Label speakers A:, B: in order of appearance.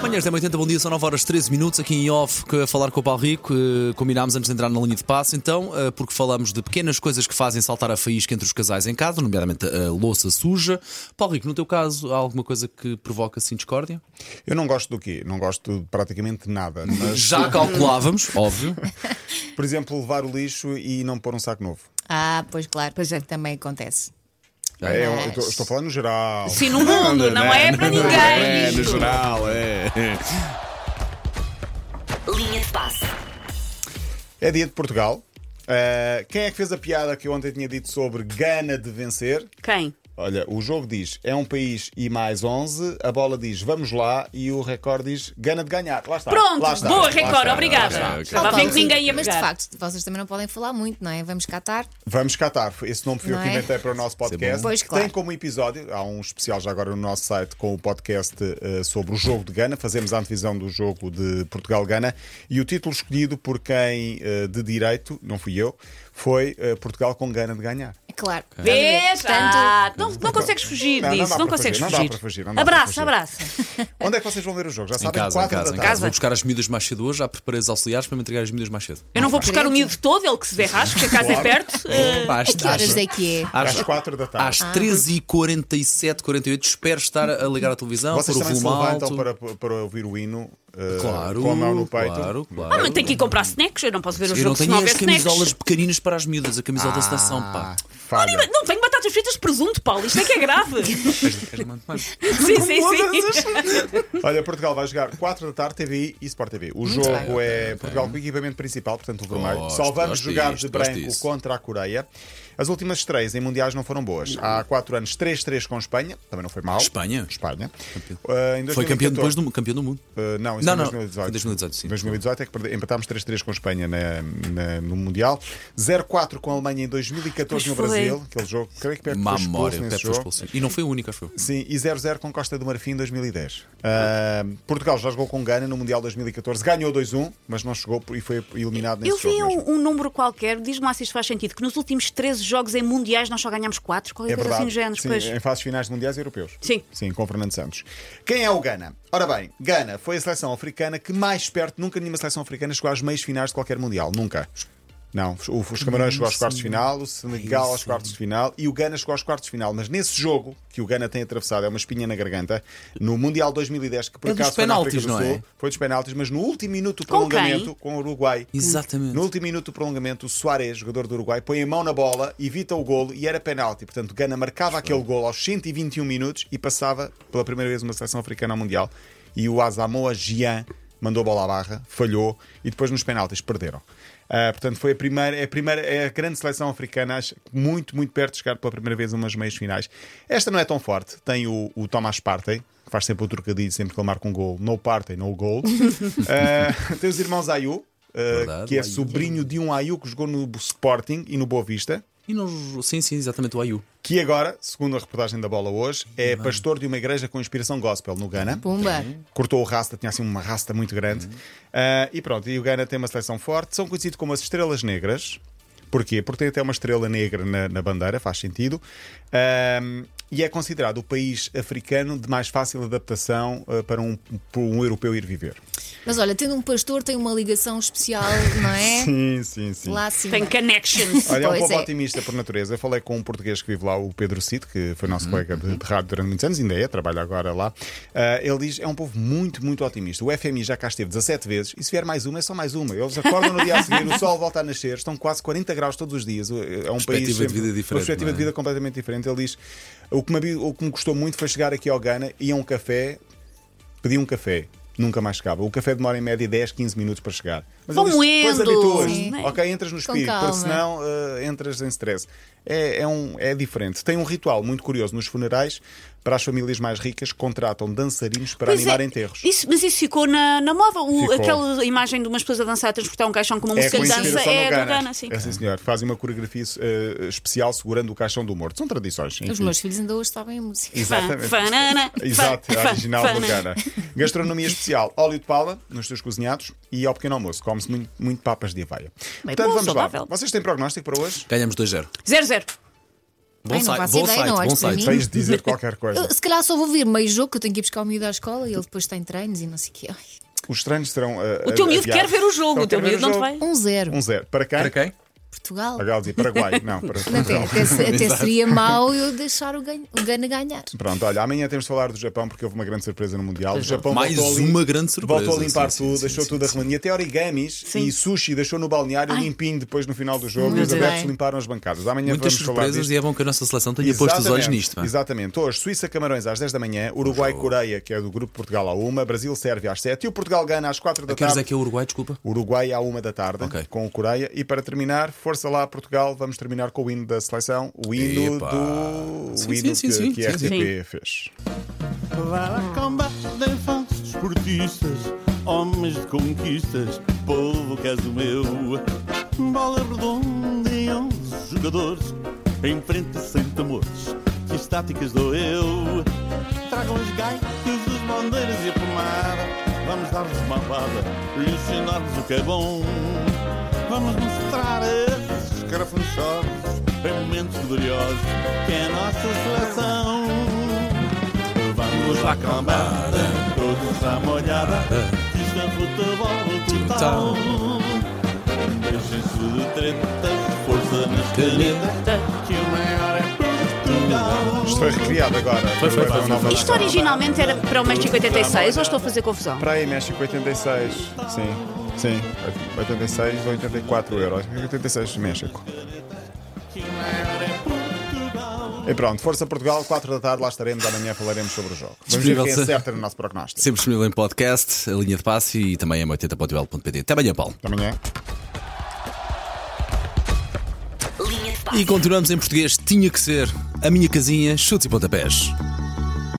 A: Manhãs da 80, bom dia, são 9 horas 13 minutos aqui em off que- a falar com o Paulo Rico. eh, Combinámos antes de entrar na linha de passo, então, eh, porque falamos de pequenas coisas que fazem saltar a faísca entre os casais em casa, nomeadamente a a louça suja. Paulo Rico, no teu caso, há alguma coisa que provoca assim discórdia?
B: Eu não gosto do quê? Não gosto de praticamente nada. Mas,
A: Já calculávamos, óbvio.
B: por exemplo, levar o lixo e não pôr um saco novo.
C: Ah, pois claro, pois é, também acontece.
B: É, eu-
C: Mas-
B: eu tô- estou falando no geral.
D: Sim, no mundo, não é para
B: É, no
D: ninguém. isto.
B: geral, é.
E: Linha de passe.
B: É dia de Portugal. Ah, quem é que fez a piada que eu ontem tinha dito sobre gana de vencer?
D: Quem?
B: Olha, o jogo diz é um país e mais 11, a bola diz vamos lá e o recorde diz gana de ganhar. Lá está.
D: Pronto,
B: lá está,
D: boa,
B: lá
D: Record,
B: está,
D: obrigada.
B: lá está.
D: Estava a ver que ninguém
B: um
D: ia
C: Mas de
D: pegar.
C: facto, vocês também não podem falar muito, não é? Vamos catar.
B: Vamos catar. Esse nome foi eu
C: Não
B: que
C: é?
B: inventei para o nosso
A: Isso é
B: podcast.
A: bom.
C: Pois, claro.
B: Tem como episódio, há um especial já agora no nosso site com o podcast eh, sobre o jogo de Gana. Fazemos a antevisão do jogo de Portugal-Gana. E o título escolhido por quem eh, de direito, não fui eu, foi eh, Portugal com Gana de ganhar.
C: É claro.
D: Vês? Ah,
C: Portanto,
D: não, não consegues fugir
B: Não, não dá
D: disso, não,
B: para
D: consegues
B: fugir, não dá
D: fugir.
B: para fugir, não dá para
D: abraça,
B: fugir.
D: abraça.
B: Onde é que vocês vão ver o jogo? Já
A: Em
B: sabem,
A: casa, em
B: quatro
A: casa, em
B: da
A: casa.
B: tarde.
A: Vou buscar as miúdas mais cedo hoje, já preparei os auxiliares para me entregar as miúdas mais cedo.
D: Eu não vou buscar o miúdo todo, ele que se derrasca, que a casa é perto. Eh,
A: Pá, às-
C: A que horas
A: às-
C: é que é?
B: Às quatro da tarde.
A: Às
D: Ah.
A: 13h47, 48 espero estar a ligar a televisão,
B: Vocês
A: pôr o
B: também se
A: volume um alto.
B: levantam para, para ouvir o hino eh,
A: Claro,
B: com a mão no peito.
A: claro, claro.
D: Ah, mas tem que ir comprar snacks, eu não posso ver
A: Eu
D: o
A: não
D: jogo se
A: tenho
D: não
A: as
D: houver
A: camisolas
D: snacks.
A: pequeninas para as miúdas, a camisola da seleção, pá.
C: Ah,
B: Falha.
D: Olha, Não tenho batatas fritas de presunto, Paulo, isto é que é grave. sim, sim, sim.
B: Olha, Portugal vai jogar 4 da tarde, TVI e Sport TV. O
C: bem.
B: jogo é Portugal com equipamento principal, portanto o vermelho.
A: Gosto,
B: Só vamos
A: gosto
B: jogar
A: disto,
B: de
A: gosto
B: branco
A: disso.
B: contra a Coreia. As últimas três em mundiais não foram boas. Há 4 anos, 3-3 com a Espanha, também não foi mal.
A: Espanha?
B: Espanha. Ah,
A: Foi campeão depois do, campeão do mundo.
B: Uh, não, isso
A: Não,
B: foi em
A: não,
B: 2018.
A: foi 2018, sim.
B: 2018 é que perde- empatámos 3-3 com a Espanha na- na- no Mundial. 0-4 com a Alemanha em 2014 no
D: Pois
B: Brasil.
D: foi.
B: Aquele jogo, creio que Pepe foi
A: Má
B: expulso
A: memória,
B: nesse
A: Pepe foi
B: jogo.
A: expulso. E não foi o único, acho eu.
B: Sim, e 0-0 com Costa do Marfim em 2010. Ah, Portugal já jogou com Gana no Mundial 2014, ganhou 2-1, mas não chegou e foi eliminado nesse
D: Eu vi
B: jogo. mesmo.
D: um, um número qualquer, diz-me lá se isto faz sentido, que nos últimos 13 jogos em mundiais nós só ganhámos 4, qualquer
B: É
D: coisa
B: verdade.
D: assim do género.
B: Sim, é
D: pois.
B: em fases finais de mundiais europeus.
D: Sim.
B: Sim, com Fernando Santos. Quem é o Gana? Ora bem, Gana foi a seleção africana que mais perto, nunca nenhuma seleção africana chegou às meias finais de qualquer mundial. Nunca. Não, o- os Camarões chegou aos quartos de final, o Senegal aos quartos de final e o Gana chegou aos quartos de final. Mas nesse jogo que o Gana tem atravessado, é uma espinha na garganta, no Mundial 2010, que por
A: É dos
B: acaso foi na África
A: penaltis,
B: do
A: não é?
B: Sul, foi dos penaltis, mas no último minuto do
D: Com quem?
B: prolongamento com o Uruguai.
A: Exatamente.
B: No último minuto do prolongamento, o Soares, jogador do Uruguai, põe a mão na bola, evita o golo e era penalti. Portanto, Gana marcava aquele golo aos 121 minutos e passava pela primeira vez uma seleção africana ao Mundial. E o Asamoah Gyan mandou a bola à barra, falhou e depois nos penaltis perderam. Ah, portanto, foi a primeira, é a primeira, é a grande seleção africana, acho que muito, muito perto de chegar pela primeira vez a umas meias finais. Esta não é tão forte. Tem o, o Thomas Partey, que faz sempre o trocadilho, sempre que ele marca um gol. No Partey, no gol. Ah, tem os irmãos Ayu, ah,
A: Verdade,
B: que é
A: o Ayu.
B: sobrinho de um Ayu que jogou no Sporting e no Boa Vista,
A: E não, sim, sim, exatamente o Ayu.
B: que agora, segundo a reportagem da Bola hoje, é pastor de uma igreja com inspiração gospel no Ghana.
C: Pumba.
B: Cortou o rasta, tinha assim uma rasta muito grande. Ah, e pronto, e o Ghana tem uma seleção forte. São conhecidos como as Estrelas Negras. Porquê? Porque tem até uma estrela negra na, na bandeira, faz sentido. Ah, e é considerado o país africano de mais fácil adaptação ah, para um, para um europeu ir viver.
C: Mas olha, tendo um pastor tem uma ligação especial, não é?
B: Sim, sim, sim.
C: Lá acima.
D: Tem connections.
B: Olha, é um
C: Pois
B: povo
C: é.
B: otimista por natureza. Eu falei com um português que vive lá, o Pedro Cid, que foi nosso colega
A: Uhum.
B: de, de rádio durante muitos anos, ainda é, trabalha agora lá. Ah, ele diz: é um povo muito, muito otimista. O FMI já cá esteve 17 vezes e se vier mais uma, é só mais uma. Eles acordam no dia a seguir, o sol volta a nascer, estão quase 40 graus todos os dias. O- É um país.
A: Perspectiva de
B: sempre-
A: vida
B: uma
A: diferente,
B: Perspectiva
A: não é?
B: de vida completamente diferente. Ele diz: o que, me, abi- o que me custou muito foi chegar aqui ao Ghana e a um café, pedi um café. Nunca mais chegava. O café demora em média 10, 15 minutos para chegar. Mas ele
D: Vão
B: diz, depois
D: indo.
B: habituas.
D: Sim.
B: Ok, entras no
C: Com
B: espírito, porque
C: calma.
B: senão não eh, entras em stress. É, é um, é diferente. Tem um ritual muito curioso nos funerais. Para as famílias mais ricas, contratam dançarinos para
D: Pois
B: animar
D: é,
B: enterros.
D: Isso, mas isso ficou na, na moda. O-
B: Ficou.
D: Aquela imagem de umas pessoas a dançar, a transportar um caixão com uma
B: É
D: música
B: com
D: de dança
B: inspiração
D: é
B: no Ghana.
D: do Ghana, sim.
B: É, sim, senhor. Fazem uma coreografia eh, especial segurando o caixão do morto. São tradições.
C: Os
B: enfim.
C: meus filhos ainda hoje sabem a música.
B: Exatamente.
D: Fanana.
B: Exato,
D: Fan-
B: a original do
D: fanana.
B: Ghana. Gastronomia especial, óleo de palma nos seus cozinhados e ao pequeno almoço. Come-se muito, muito papas de avaia. Portanto,
D: bom,
B: vamos
D: saudável.
B: lá. Vocês têm prognóstico para hoje?
A: Ganhamos 2-0.
D: Zero, zero.
A: Bom
C: Ai, não
A: site,
C: faço
A: bom
C: ideia,
A: site,
C: não
A: bom
C: olhes para
A: site.
C: mim.
B: Tens de dizer qualquer coisa.
C: Eu, se calhar só vou ver meio jogo que eu tenho que ir buscar o miúdo à escola e ele depois tem treinos e não sei o quê. Ai,
B: Os treinos serão. eh,
D: O teu miúdo quer ver o jogo, o teu miúdo não te vai.
C: Um zero.
B: Um zero. Para quem?
A: Para quem?
D: Um
C: Portugal.
B: Para Gales e Paraguai. Não, para
C: Até,
B: Portugal.
C: até, até
A: Exato.
C: seria mau eu deixar o, ganho, o Gana ganhar.
B: Pronto, olha, amanhã temos de falar do Japão porque houve uma grande surpresa no Mundial. O
D: é.
B: Japão
A: Mais
B: voltou a lim-
A: uma grande surpresa,
B: Voltou a limpar
A: sim, sim,
B: tudo,
A: sim,
B: deixou
A: sim,
B: tudo a
A: sim.
B: relinha. Até origamis
D: Sim.
B: e sushi deixou no balneário limpinho depois no final do jogo. e os
C: Muito
B: adeptos
C: bem.
B: limparam as bancadas. Amanhã
A: Muitas
B: vamos falar
A: surpresas
B: disto.
A: e é bom que a nossa seleção tenha posto os olhos nisto. é? pá.
B: Exatamente. Hoje, Suíça Camarões às 10 da manhã, Uruguai Coreia, que é do grupo Portugal à 1, Brasil Sérvia às 7 e o Portugal Gana às 4 da
A: A que horas é
B: tarde.
A: que é o Uruguai, desculpa?
B: Uruguai à 1 da tarde,
A: Ok.
B: com o Coreia. E para terminar, força lá Portugal, vamos terminar com o hino da seleção, o hino
A: Epa.
B: do
A: Sim,
B: o
A: sim,
B: hino
A: sim,
B: que,
A: sim,
B: que
A: sim,
B: a RTP fez.
E: Vai à combate de infantes esportistas, homens de conquistas, povo que és o meu. Bola redonda em 11 jogadores, em frente sem temores, que as táticas dou eu. Tragam os gaitos, os bandeiras e a pomada, vamos dar-lhes uma bada e ensinar-lhes o que é bom. Vamos mostrar a esses escarafunchosos, em momentos gloriosos, que é a nossa seleção. Vamos à cambada, todos à molhada, isto é futebol total. Deixem-se de tretas, força nas canetas, que o maior é
B: Isto
E: Portugal.
B: foi recriado agora. Foi, foi,
D: Isto originalmente era para o México 86 ou estou a fazer confusão?
B: Praia e México 86. Sim. Sim. 86 ou 84 euros. 86 México.
E: Que o maior é Portugal.
B: E pronto, Força Portugal, 4 da tarde, lá estaremos, amanhã falaremos sobre o jogo. Vamos ver
A: Disponível
B: quem
A: se-
B: acerta no nosso prognóstico.
A: Sempre disponível em podcast, a linha de passe e também em 80.ol.pt. Até amanhã, Paulo.
B: Até amanhã.
A: E continuamos em português, tinha que ser a minha casinha, chutes e pontapés.